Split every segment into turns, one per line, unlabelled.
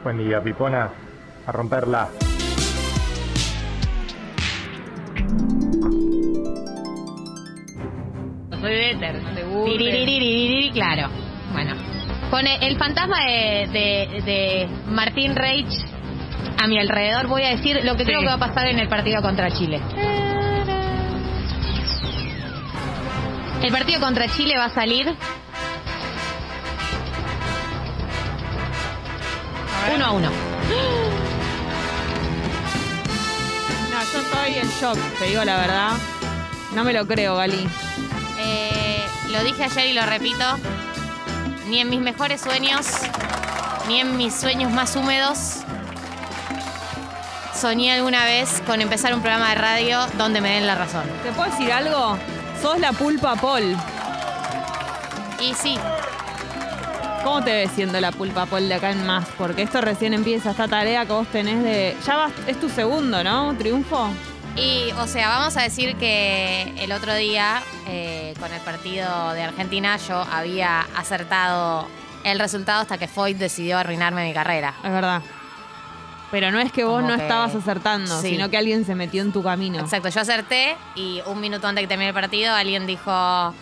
Buen día, Pipona. A romperla.
Soy Better, seguro.
Tiririririri, claro. Bueno. Con el, el fantasma de, de, de Martín Reich a mi alrededor voy a decir lo que
Sí.
creo que va a pasar en el partido contra Chile. El partido contra Chile va a salir 1 a 1.
No, yo estoy en shock, te digo la verdad. No me lo creo, Gali.
Eh, lo dije ayer y lo repito. Ni en mis mejores sueños, ni en mis sueños más húmedos, soñé alguna vez con empezar un programa de radio donde me den la razón.
¿Te puedo decir algo? Sos la pulpa Paul.
Y sí,
¿Cómo te ves siendo la pulpa Paul de acá en más? Porque esto recién empieza, esta tarea que vos tenés de. Ya vas, es tu segundo, ¿no? ¿Triunfo?
y o sea, vamos a decir que el otro día, eh, con el partido de Argentina, yo había acertado el resultado hasta que Foyt decidió arruinarme mi carrera.
Es verdad. Pero no es que vos
Como
no
que-
estabas acertando,
sí.
sino que alguien se metió en tu camino.
Exacto, yo acerté y un minuto antes de que termine el partido alguien dijo...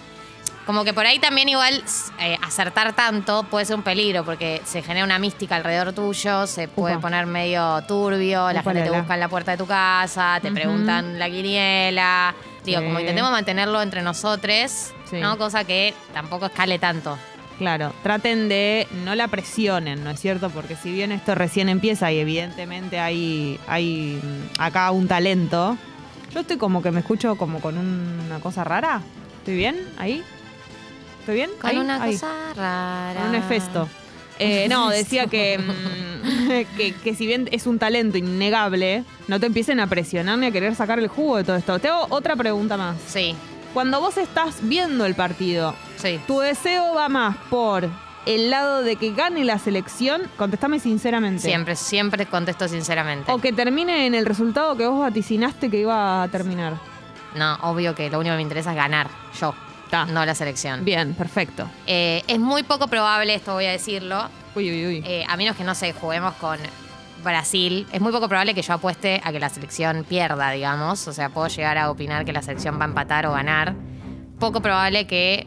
Como que por ahí también igual eh, acertar tanto puede ser un peligro porque se genera una mística alrededor tuyo, se puede
Upa.
poner medio turbio, la gente te
Upalala.
busca en la puerta de tu casa, te
Ujú.
preguntan la quiniela. Digo,
Sí.
como intentemos mantenerlo entre nosotros,
Sí.
¿no? Cosa que tampoco escale tanto.
Claro, traten de no la presionen, ¿no es cierto? Porque si bien esto recién empieza y evidentemente hay, hay mm, acá un talento, yo estoy como que me escucho como con un- una cosa rara. ¿Estoy bien? ¿Ahí? ¿Estoy bien?
Con
Ahí,
una
ahí.
cosa rara.
Con un efesto. Eh, no, decía que, mm, que, que si bien es un talento innegable, no te empiecen a presionar ni a querer sacar el jugo de todo esto. Te hago otra pregunta más.
Sí,
Cuando vos estás viendo el partido,
sí.
tu deseo va más por el lado de que gane la selección, contestame sinceramente.
Siempre, siempre contesto sinceramente.
O que termine en el resultado que vos vaticinaste que iba a terminar.
No, obvio que lo único que me interesa es ganar, yo,
Ta.
Ah, no la selección.
Bien, perfecto.
Eh, es muy poco probable, esto voy a decirlo,
Uy, uy, uy.
eh, a menos que no sé, juguemos con Brasil, es muy poco probable que yo apueste a que la selección pierda, digamos. O sea, puedo llegar a opinar que la selección va a empatar o ganar. Poco probable que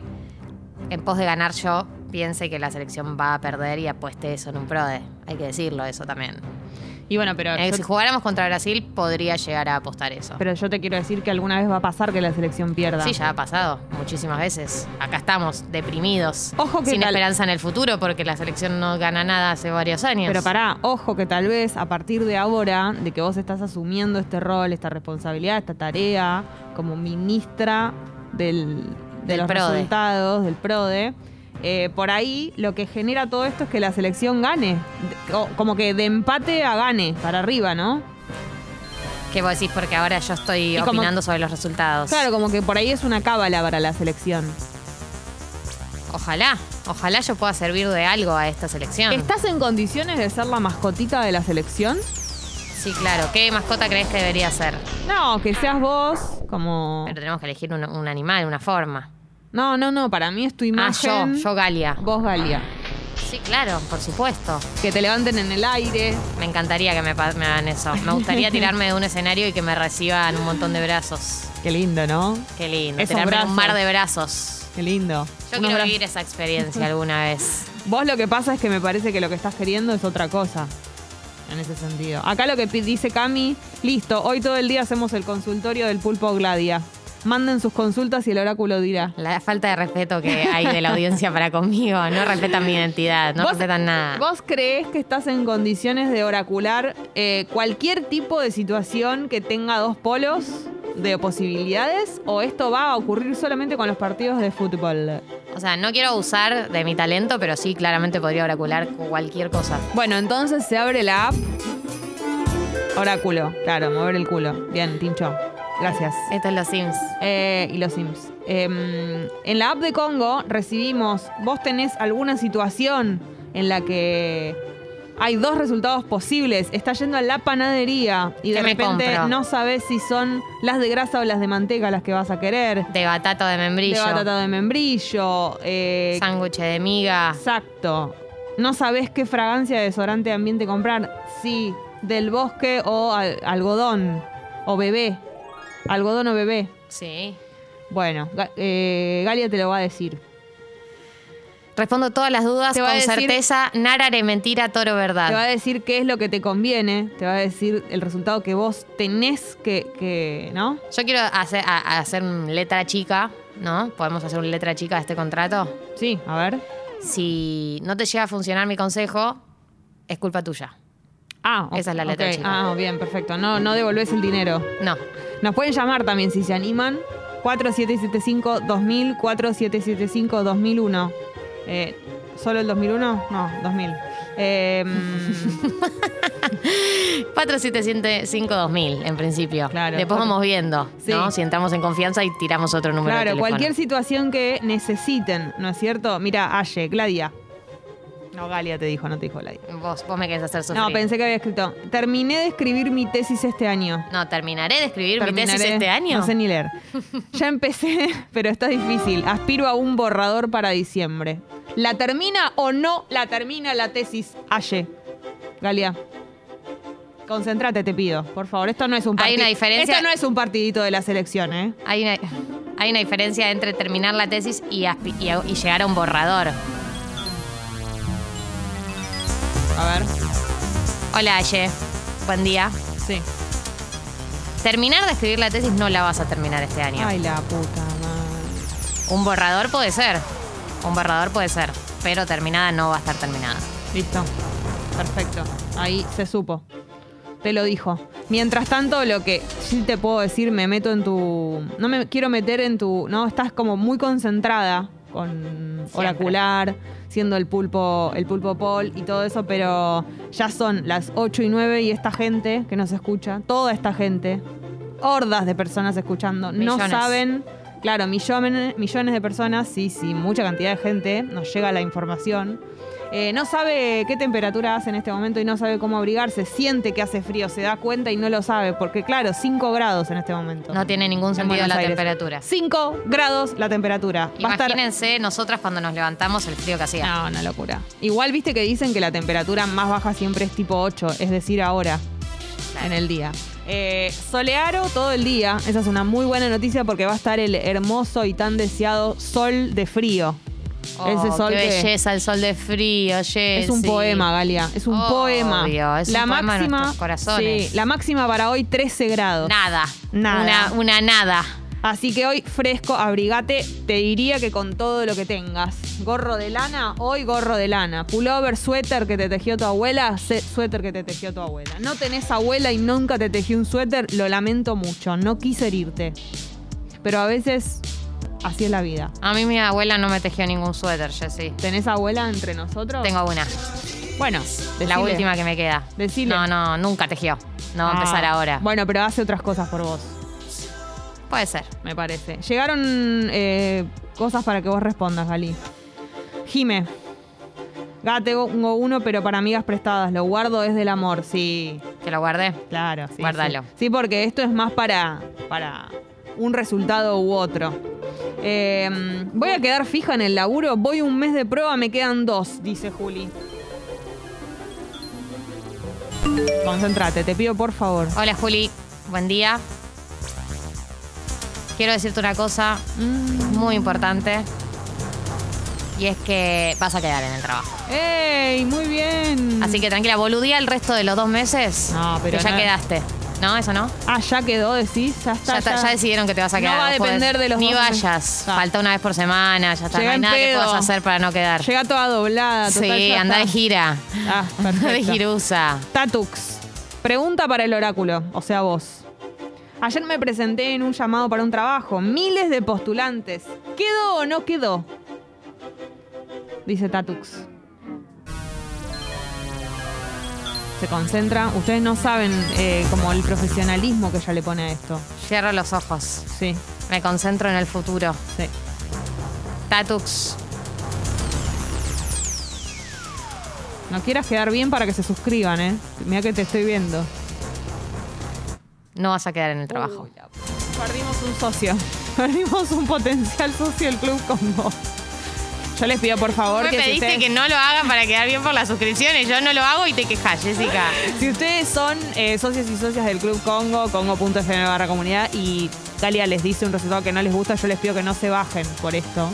en pos de ganar yo piense que la selección va a perder y apueste eso en un prode. Hay que decirlo eso también.
y bueno, pero
Eh, si
yo,
jugáramos contra Brasil, podría llegar a apostar eso.
pero yo te quiero decir que alguna vez va a pasar que la selección pierda.
Sí, ya ha pasado muchísimas veces. Acá estamos, deprimidos.
Ojo que
Sin
tal-
esperanza en el futuro porque la selección no gana nada hace varios años.
Pero pará, ojo que tal vez a partir de ahora, de que vos estás asumiendo este rol, esta responsabilidad, esta tarea, como ministra del, de
Del
los
PRODE.
resultados, del PRODE, eh, por ahí lo que genera todo esto es que la selección gane. De- o- como que de empate a gane, para arriba, ¿no?
¿Qué vos decís? Porque ahora yo estoy
Y como-
opinando sobre los resultados.
Claro, como que por ahí es una cábala para la selección.
Ojalá, ojalá yo pueda servir de algo a esta selección.
¿Estás en condiciones de ser la mascotita de la selección?
Sí, claro. ¿Qué mascota crees que debería ser?
No, que seas vos como...
Pero tenemos que elegir un, un animal, una forma.
No, no, no, para mí es tu
Ah,
imagen.
yo, yo Galia.
Vos, Galia.
Sí, claro, por supuesto.
que te levanten en el aire.
Me encantaría que me, pa- me hagan eso. Me gustaría tirarme de un escenario y que me reciban un montón de brazos.
Qué lindo, ¿no?
Qué lindo.
Esos
Tenerme
brazos.
un mar de brazos.
Qué lindo.
Yo
Unos
quiero
bra-
vivir esa experiencia alguna vez.
Vos lo que pasa es que me parece que lo que estás queriendo es otra cosa. En ese sentido. Acá lo que pi- dice Cami, listo, hoy todo el día hacemos el consultorio del pulpo Gladia. Manden sus consultas y el oráculo dirá.
La falta de respeto que hay de la audiencia para conmigo. No respetan mi identidad, no
¿Vos-
respetan nada.
¿Vos crees que estás en condiciones de oracular eh, cualquier tipo de situación que tenga dos polos de posibilidades? ¿O esto va a ocurrir solamente con los partidos de fútbol?
O sea, no quiero abusar de mi talento, pero sí, claramente podría oracular cualquier cosa.
Bueno, entonces se abre la app. Oráculo, claro, mover el culo. Bien, Tincho. Gracias.
Esto es los Sims.
Eh, y los Sims. Em, en la app de Congo recibimos, vos tenés alguna situación en la que hay dos resultados posibles. Estás yendo a la panadería y de
¿Qué me
repente
compro?
no sabés si son las de grasa o las de manteca las que vas a querer.
De batata o de
Te
membrillo.
va a tratar de membrillo. eh,
Sándwich de miga.
Exacto. no sabes qué fragancia de desodorante de ambiente comprar. Si del bosque o al- algodón o bebé. Algodón o bebé.
Sí.
Bueno, Ga- eh, Galia te lo va a decir.
Respondo todas las dudas
Te va
con
a decir-
certeza. Narare, mentira, toro, verdad.
Te va a decir qué es lo que te conviene, te va a decir el resultado que vos tenés que, que ¿no?
Yo quiero hacer, a- a hacer un letra chica, ¿no? ¿Podemos hacer un letra chica de este contrato?
Sí, a ver.
Si no te llega a funcionar mi consejo, es culpa tuya.
Ah, o-
Esa es la letra
ok.
chica.
Ah, bien, perfecto. No, no devolvés el dinero.
No.
Nos pueden llamar también si se animan. 4775-2000, 4775-2001. Eh, ¿Solo el 2001? No, 2000. Eh, mm,
4775-2000, en principio.
Claro.
Después vamos viendo,
Sí.
¿no? Si entramos en confianza y tiramos otro número de
claro,
teléfono.
cualquier situación que necesiten, ¿no es cierto? Mira, Aye, Gladia. No, Galia te dijo, no te dijo Gladia.
Vos, vos me querés hacer sufrir.
No, pensé que había escrito. Terminé de escribir mi tesis este año.
No, terminaré de escribir mi tesis
Terminaré-
este año.
No sé ni leer. Ya empecé, pero está difícil. Aspiro a un borrador para diciembre. ¿La termina o no la termina la tesis Aye? Galia. Concéntrate, te pido, por favor. Esto no es un
Hay
partido.
una diferencia-
Esto no es un partidito de la selección, ¿eh?
Hay una, hay una diferencia entre terminar la tesis y, aspi- y a- y llegar a un borrador.
A ver.
Hola, Aye. Buen día.
Sí.
Terminar de escribir la tesis no la vas a terminar este año.
Ay, la puta madre.
Un borrador puede ser. Un borrador puede ser. Pero terminada no va a estar terminada.
Listo. Perfecto. Ahí se supo. Te lo dijo. Mientras tanto, lo que sí te puedo decir, me meto en tu. No me quiero meter en tu. No, estás como muy concentrada con
Siempre.
oracular, siendo el pulpo, el pulpo Paul y todo eso, pero ya son las 8 y 9 y esta gente que nos escucha, toda esta gente, hordas de personas escuchando, no
Millones.
saben. Claro, millones, millones de personas, sí, sí, mucha cantidad de gente, nos llega la información. Eh, no sabe qué temperatura hace en este momento y no sabe cómo abrigarse. Siente que hace frío, se da cuenta y no lo sabe. Porque, claro, 5 grados en este momento.
No tiene ningún
En
sentido
Buenos
la
Aires.
temperatura.
5 grados la temperatura. Va a estar- Ah,
Imagínense nosotras cuando nos levantamos el frío que hacía.
No, una locura. Igual viste que dicen que la temperatura más baja siempre es tipo 8, es decir, ahora,
Claro.
en el día. Eh, solearo todo el día. Esa es una muy buena noticia porque va a estar el hermoso y tan deseado sol de frío.
Oh,
ese sol
qué
que-
belleza, el sol de frío, Jessy.
Es un poema, Galia. Es un
Obvio,
poema.
es un poema de nuestros corazones.
Sí, la máxima para hoy 13 grados.
Nada.
Nada.
Una, una nada.
Así que hoy fresco, abrigate, te diría que con todo lo que tengas. Gorro de lana, hoy gorro de lana. Pullover, suéter que te tejió tu abuela, se- suéter que te tejió tu abuela. No tenés abuela y nunca te tejió un suéter, lo lamento mucho, no quise herirte. Pero a veces así es la vida.
A mí mi abuela no me tejió ningún suéter, Jessy.
¿Tenés abuela entre nosotros?
Tengo una.
Bueno,
La
decile.
última que me queda.
Decile.
No, no, nunca tejió. No va a
Ah,
empezar ahora.
Bueno, pero hace otras cosas por vos,
Puede ser.
me parece. Llegaron eh, cosas para que vos respondas, Gali. Jime. Gá, tengo uno, pero para amigas prestadas. Lo guardo es del amor, sí.
Que lo guardé.
Claro. sí,
Guárdalo.
Sí. Sí, porque esto es más para, para un resultado u otro. Eh, voy a quedar fija en el laburo. Voy un mes de prueba, me quedan dos, dice Juli. Concéntrate, te pido por favor.
Hola, Juli. Buen día. Quiero decirte una cosa muy importante. Y es que vas a quedar en el trabajo.
¡Ey! Muy bien.
Así que tranquila, boludía el resto de los dos meses.
Mm. No, pero
que ya
no-
quedaste. ¿No? ¿Eso no?
Ah, ya quedó, decís. Ya está.
Ya, está- ya decidieron que te vas a
No
quedar.
va a
vos podés-
depender de los
Ni
dos meses.
vayas.
Ah.
Falta una vez por semana. Ya está.
Llega
no hay
en
nada que
pedo.
puedas hacer para no quedar.
Llega toda doblada. total,
sí,
ya
anda de
está.
gira.
Ah,
Anda de
perfecto.
girusa.
Tatux. Pregunta para el oráculo, o sea, vos. Ayer me presenté en un llamado para un trabajo. Miles de postulantes. ¿Quedó o no quedó? Dice Tatux. Se concentra. Ustedes no saben eh, como el profesionalismo que ella le pone a esto.
Cierro los ojos.
Sí,
Me concentro en el futuro.
sí.
Tatux.
No quieras quedar bien para que se suscriban, ¿eh? Mira que te estoy viendo.
No vas a quedar en el trabajo.
Uh, pues. Perdimos un socio. Perdimos un potencial socio del club con vos. Yo les pido por
Vos
favor
me
que si,
pediste
ustedes,
que no lo hagan para quedar bien por las suscripciones. Yo no lo hago y te quejas, Jessica.
si ustedes son eh, socios y socias del Club Congo, congo.fm barra comunidad, y Talia les dice un resultado que no les gusta, yo les pido que no se bajen por esto.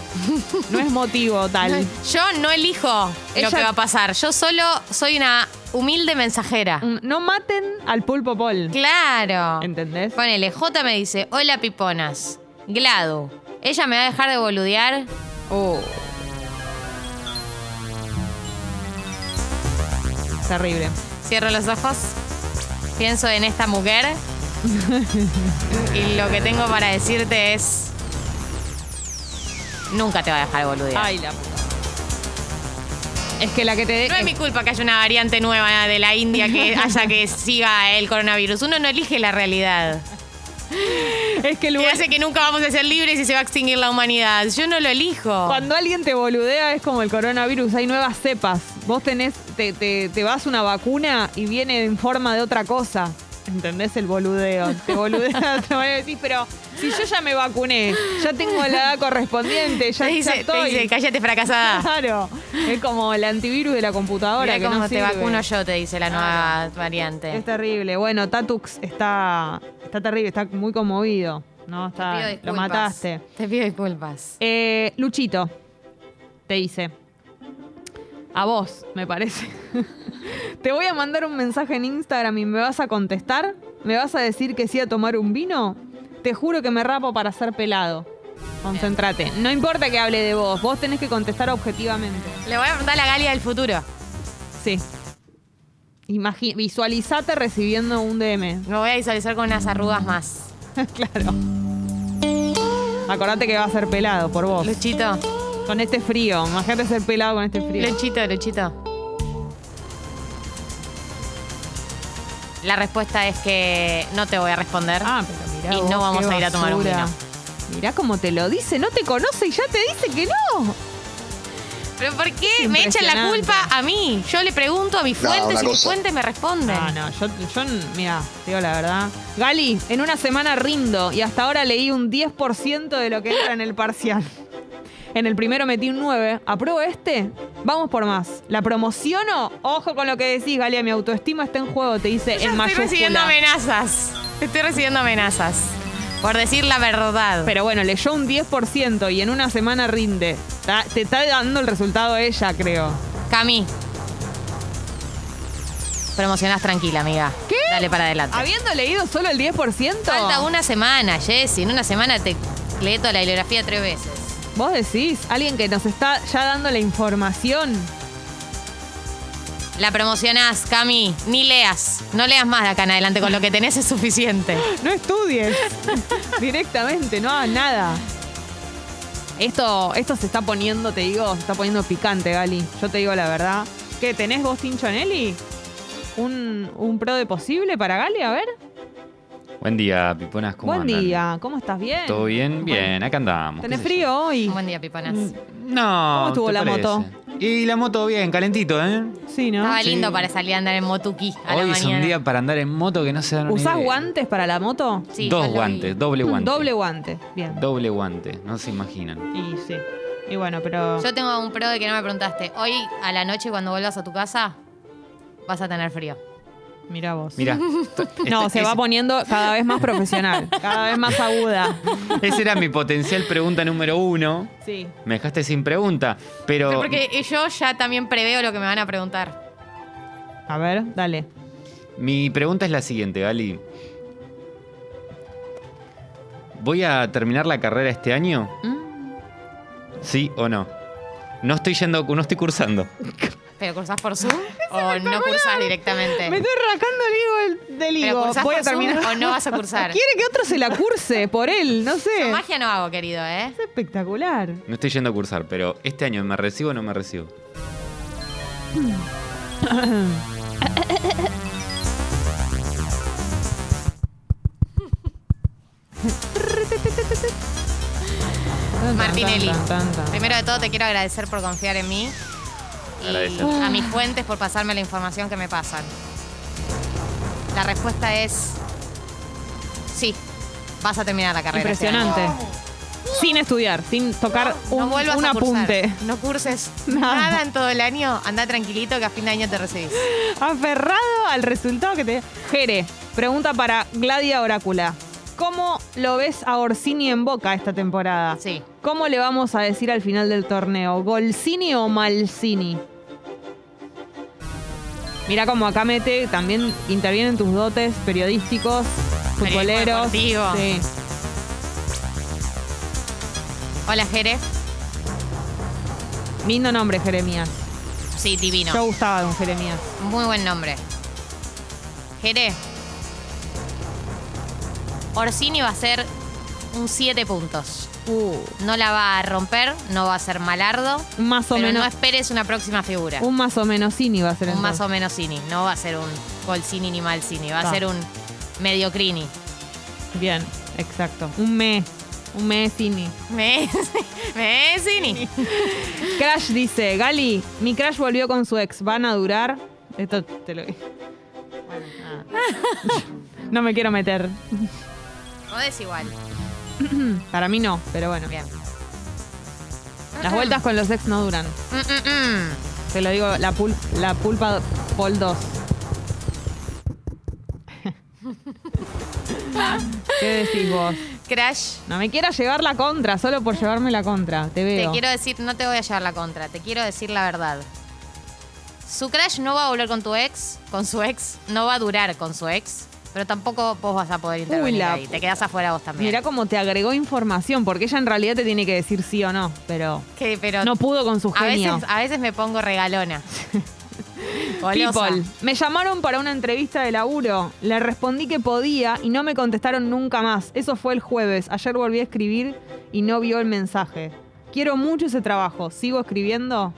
No es motivo tal.
Yo no elijo
Ella-
lo que va a pasar. Yo solo soy una humilde mensajera.
Mm, No maten al pulpo Paul.
Claro.
¿Entendés?
Ponele, J me dice, hola piponas, Glado, ¿ella me va a dejar de boludear?
Oh. Terrible.
Cierro los ojos, pienso en esta mujer y lo que tengo para decirte es, nunca te va a dejar de boludear.
Ay, la puta. Es que la que te.
No es mi culpa que haya una variante nueva de la India que haya que siga el coronavirus. Uno no elige la realidad.
es que el
Que
buen-
hace que nunca vamos a ser libres y se va a extinguir la humanidad. Yo no lo elijo.
Cuando alguien te boludea es como el coronavirus, hay nuevas cepas. Vos tenés, te, te, te vas una vacuna y viene en forma de otra cosa. ¿Entendés el boludeo? Te boludea de otra manera y decís, pero si yo ya me vacuné, ya tengo la edad correspondiente, ya,
te
ya
dice, te
estoy.
dice, cállate fracasada.
claro. Es como el antivirus de la computadora.
Mirá
que
cómo
no
te
sirve. Ah,
vacuno yo, te dice la nueva variante.
Es terrible. Bueno, Tatux está, está terrible, está muy conmovido. No,
Te pido
está, lo
disculpas.
mataste.
Te pido disculpas.
Eh, Luchito, te dice. A vos, me parece. te voy a mandar un mensaje en Instagram y me vas a contestar. ¿Me vas a decir que sí a tomar un vino? Te juro que me rapo para ser pelado. Concéntrate. No importa que hable de vos, vos tenés que contestar objetivamente.
Le voy a preguntar a la Galia del futuro.
Sí. Imagi- visualizate recibiendo un DM.
Me voy a visualizar con unas arrugas más.
claro. Acordate que va a ser pelado por vos.
Luchito,
Con este frío. Imagínate ser pelado con este frío.
Luchito, Luchito. La respuesta es que no te voy a responder.
Ah, pero mirá.
Y
vos,
no vamos
qué
a ir a tomar un
basura. Mirá cómo te lo dice. No te conoce y ya te dice que no.
¿Pero por
Es
qué me echan la
impresionante.
culpa a mí? Yo le pregunto a mis
No,
fuentes
una
y mis
cosa.
fuentes me responden.
Ah, No, no. Yo, yo mira, te digo la verdad. Gali, en una semana rindo y hasta ahora leí un 10% de lo que entra en el parcial. En el primero metí un 9. ¿Apruebo este? Vamos por más. ¿La promociono? Ojo con lo que decís, Galia. Mi autoestima está en juego, te dice
Yo
en
estoy recibiendo
mayúscula.
amenazas. Estoy recibiendo amenazas. Por decir la verdad.
Pero bueno, leyó un 10% y en una semana rinde. Ta- te está dando el resultado ella, creo.
Cami. Promocionás tranquila, amiga.
¿Qué?
Dale para adelante.
Habiendo leído solo el 10%,
Falta una semana, Jessy. En una semana te lee toda la bibliografía tres veces.
vos decís, alguien que nos está ya dando la información.
La promocionás, Cami. Ni leas. No leas más de acá en adelante. Con lo que tenés es suficiente.
No estudies directamente, no hagas nada. Esto, esto se está poniendo, te digo, se está poniendo picante, Gali. Yo te digo la verdad. ¿Qué, tenés vos, Tinchonelli? ¿Un, ¿Un pro de posible para Gali? A ver.
Buen día, Piponas, ¿cómo
Buen
andan?
día, ¿cómo estás? ¿Bien?
¿Todo bien? Bien, acá andamos.
¿Tenés
qué sé
frío hoy?
Un buen día, Piponas.
yo. No.
¿Cómo estuvo
¿te
la
parece?
moto?
Y la moto bien, calentito, ¿eh?
Sí, ¿no?
Estaba
Sí.
lindo para salir a andar en motuki a
Hoy
la
es un
mañana.
día para andar en moto que no se dan una
¿Usás
idea.
guantes para la moto?
Sí, yo
Dos
lo
guantes,
vi.
doble guante.
Doble guante. Bien.
Doble guante, no se imaginan.
Y sí. Y bueno, pero.
Yo tengo un pro de que no me preguntaste. Hoy a la noche cuando vuelvas a tu casa vas a tener frío.
Mirá vos.
Mira, este
No, se va poniendo cada vez más profesional, cada vez más aguda.
Esa era mi potencial pregunta número uno.
Sí.
Me dejaste sin pregunta, pero.
Yo Porque yo ya también preveo lo que me van a preguntar.
A ver, dale.
Mi pregunta es la siguiente, Gali. ¿Voy a terminar la carrera este año? ¿Sí o no? No estoy yendo, no estoy cursando.
¿Pero cursás por Zoom o no cursás directamente?
Me estoy rascando el higo del- del
Eh. ¿Pero
higo.
cursás
Voy a
por Zoom
terminar.
o no vas a cursar?
Quiere que otro se la curse por él, no
Yo
sé.
magia no hago, querido, ¿eh?
Es espectacular.
No estoy yendo a cursar, pero este año me recibo o no me recibo.
Martinelli. Primero de todo te quiero agradecer por confiar en mí y
Agradecer.
a mis fuentes por pasarme la información que me pasan. La respuesta es sí, vas a terminar la carrera. este año.
Impresionante. sin estudiar, sin tocar
No
un,
vuelvas
un
a cursar.
apunte.
No curses
Nada.
nada. en todo el año. Anda tranquilito que a fin de año te recibís.
Aferrado al resultado que te. Jere, pregunta para Gladia Orácula. ¿Cómo lo ves a Orsini en boca esta temporada?
Sí.
¿Cómo le vamos a decir al final del torneo? ¿Golcini o Malcini? Mira cómo acá mete, también intervienen tus dotes periodísticos,
Periodismo
futboleros.
deportivo.
Sí.
Hola, Jere.
Lindo nombre, Jeremías.
Sí, divino.
Yo gustaba de un Jeremías.
Muy buen nombre. Jere. Orsini va a ser un 7 puntos. No la va a romper, no va a ser malardo.
Un más o
pero
menos.
no esperes una próxima figura.
Un más o menos Cini va a ser
Un más
entonces.
o menos Cini. No va a ser un Golcini ni Malcini. Va
Ta.
a ser un mediocrini.
Bien, exacto. Un mes. Un mes Cini.
Me- Mesini.
Crash dice, Gali, mi Crash volvió con su ex, ¿van a durar? Esto te lo dije. No me quiero meter.
No es igual.
Para mí no, pero bueno.
Bien.
Las vueltas con los ex no duran.
Mm, mm, mm.
Te lo digo, la, pul- la pulpa Pol 2. ¿Qué decís vos?
Crash.
No me quieras llevar la contra, solo por llevarme la contra. Te
Te
veo.
quiero decir, no te voy a llevar la contra, te quiero decir la verdad. Su crash no va a volver con tu ex, con su ex, no va a durar con su ex, pero tampoco vos vas a poder intervenir
la
ahí.
puta.
Te quedás afuera vos también.
Mirá cómo te agregó información, porque ella en realidad te tiene que decir sí o no, pero
que, pero
no pudo con su
a veces,
genio.
a veces me pongo regalona. Golosa.
People, me llamaron para una entrevista de laburo. Le respondí que podía y no me contestaron nunca más. Eso fue el jueves. Ayer volví a escribir y no vio el mensaje. Quiero mucho ese trabajo. ¿Sigo escribiendo?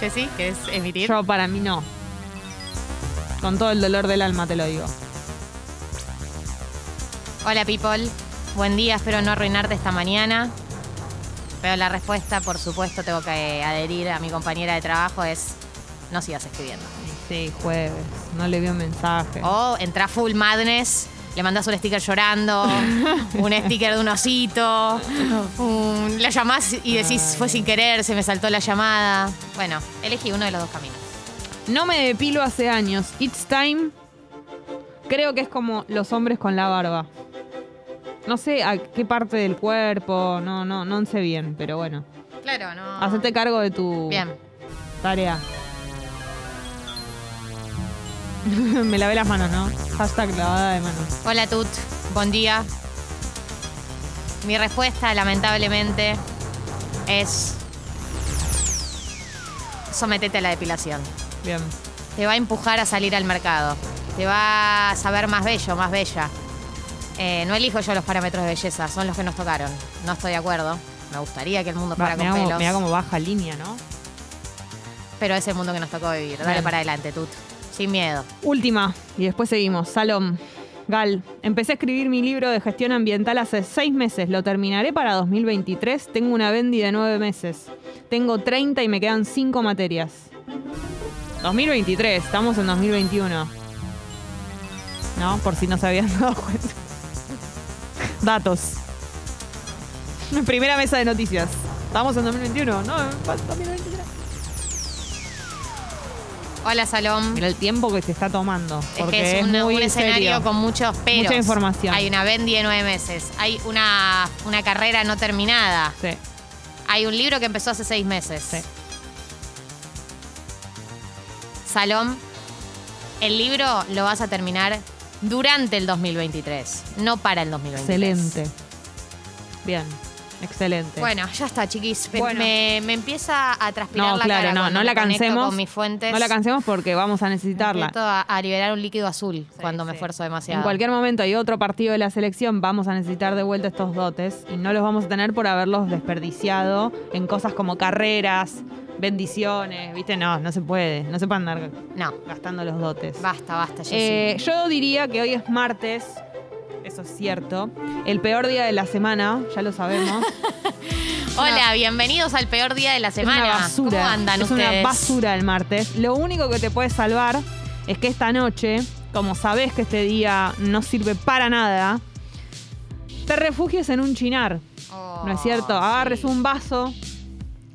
Jessy, que es emitir.
Yo para mí no. Con todo el dolor del alma te lo digo.
Hola people, buen día, espero no arruinarte esta mañana. Pero la respuesta, por supuesto, tengo que adherir a mi compañera de trabajo es no sigas escribiendo.
Sí, jueves. No le vio mensaje.
O entra full madness, le mandas un sticker llorando, un sticker de un osito, un- la llamás y decís fue sin querer, se me saltó la llamada. Bueno, elegí uno de los dos caminos.
No me depilo hace años. It's time. Creo que es como los hombres con la barba. No sé a qué parte del cuerpo, no, no, no sé bien, pero bueno.
Claro, no.
Hacete cargo de tu
Bien.
tarea. me lavé las manos, ¿no? Hashtag lavada de manos.
Hola Tut, buen día. Mi respuesta, lamentablemente, es sometete a la depilación.
Bien.
Te va a empujar a salir al mercado. Te va a saber más bello, más bella. Eh, no elijo yo los parámetros de belleza, son los que nos tocaron. No estoy de acuerdo. Me gustaría que el mundo
Mira
fuera con
como,
pelos.
mirá como baja línea, ¿no?
Pero es el mundo que nos tocó vivir. Dale
Bien.
para adelante, Tut. Sin miedo.
Última, y después seguimos. Salom. Gal, empecé a escribir mi libro de gestión ambiental hace seis meses. Lo terminaré para 2023. Tengo una bendi de nueve meses. Tengo 30 y me quedan cinco materias. 2023, estamos en 2021. ¿No? Por si no se habían dado cuenta. Datos. Primera mesa de noticias. Estamos en 2021, ¿no? falta 2023.
Hola, Salom.
Mira el tiempo que se está tomando.
Es
Porque
que es, un,
muy
un escenario
serio.
con muchos peros.
Mucha información.
Hay una Bendy de nueve meses. Hay una, una carrera no terminada.
Sí.
Hay un libro que empezó hace seis meses.
Sí.
Salom, el libro lo vas a terminar durante el 2023, no para el 2023.
Excelente. Bien, excelente.
Bueno, ya está, chiquis. Me-
Bueno.
Me, me empieza a transpirar
no,
la
claro,
cara
no,
cuando
no la
me conecto
cansemos.
con mis fuentes.
No la cansemos porque vamos a
Me
necesitarla.
empiezo a, a liberar un líquido azul
Sí,
cuando me
sí.
esfuerzo demasiado.
En cualquier momento hay otro partido de la selección, vamos a necesitar de vuelta estos dotes y no los vamos a tener por haberlos desperdiciado en cosas como carreras, bendiciones, ¿viste? No, no se puede, no se puede andar
No,
gastando los dotes.
basta, basta, Jessy.
Eh, yo diría que hoy es martes, eso es cierto, el peor día de la semana, ya lo sabemos.
Hola, bienvenidos al peor día de la semana.
Es una basura.
¿Cómo andan
es
ustedes?
una basura el martes. Lo único que te puede salvar es que esta noche, como sabes que este día no sirve para nada, te refugies en un chinar. ¿No
Ah,
es cierto?
Oh,
Ah. Agarres un vaso,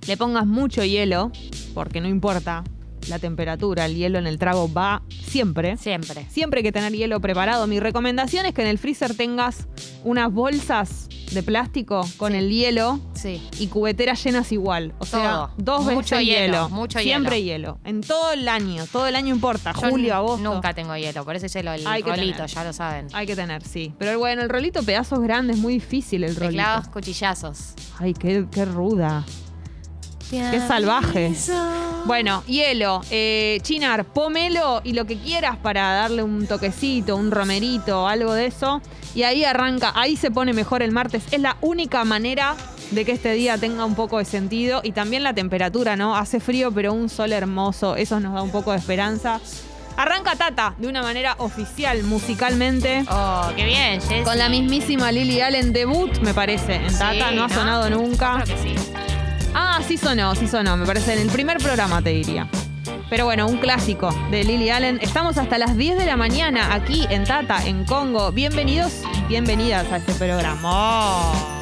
le pongas mucho hielo, porque no importa la temperatura, el hielo en el trago va siempre.
Siempre.
Siempre hay que tener hielo preparado. Mi recomendación es que en el freezer tengas unas bolsas de plástico con
Sí.
el hielo
Sí.
y cubeteras llenas igual. O sea,
Todo.
dos veces
Mucho hielo, mucho
Siempre hielo. En todo el año, todo el año importa.
Yo
Julio, agosto.
Nunca tengo hielo, por eso hice lo, el
Hay que
rolito,
tener.
ya lo saben.
Hay que tener, sí. Pero bueno, el rolito, pedazos grandes, muy difícil el rolito.
Teclados, cuchillazos.
Ay, qué, qué ruda. Qué salvaje. Bueno, hielo, eh, chinar, pomelo y lo que quieras para darle un toquecito, un romerito, algo de eso. Y ahí arranca, ahí se pone mejor el martes. Es la única manera de que este día tenga un poco de sentido. Y también la temperatura, ¿no? Hace frío, pero un sol hermoso. Eso nos da un poco de esperanza. Arranca Tata de una manera oficial, musicalmente.
Oh, qué bien, Jessy.
Con la mismísima Lily Allen debut, me parece. En
Sí,
Tata no ha
¿no?
sonado nunca.
Creo que sí.
Ah, sí sonó, sí sonó, me parece en el primer programa te diría. Pero bueno, un clásico de Lily Allen. Estamos hasta las 10 de la mañana aquí en Tata, en Congo. Bienvenidos, bienvenidas a este programa.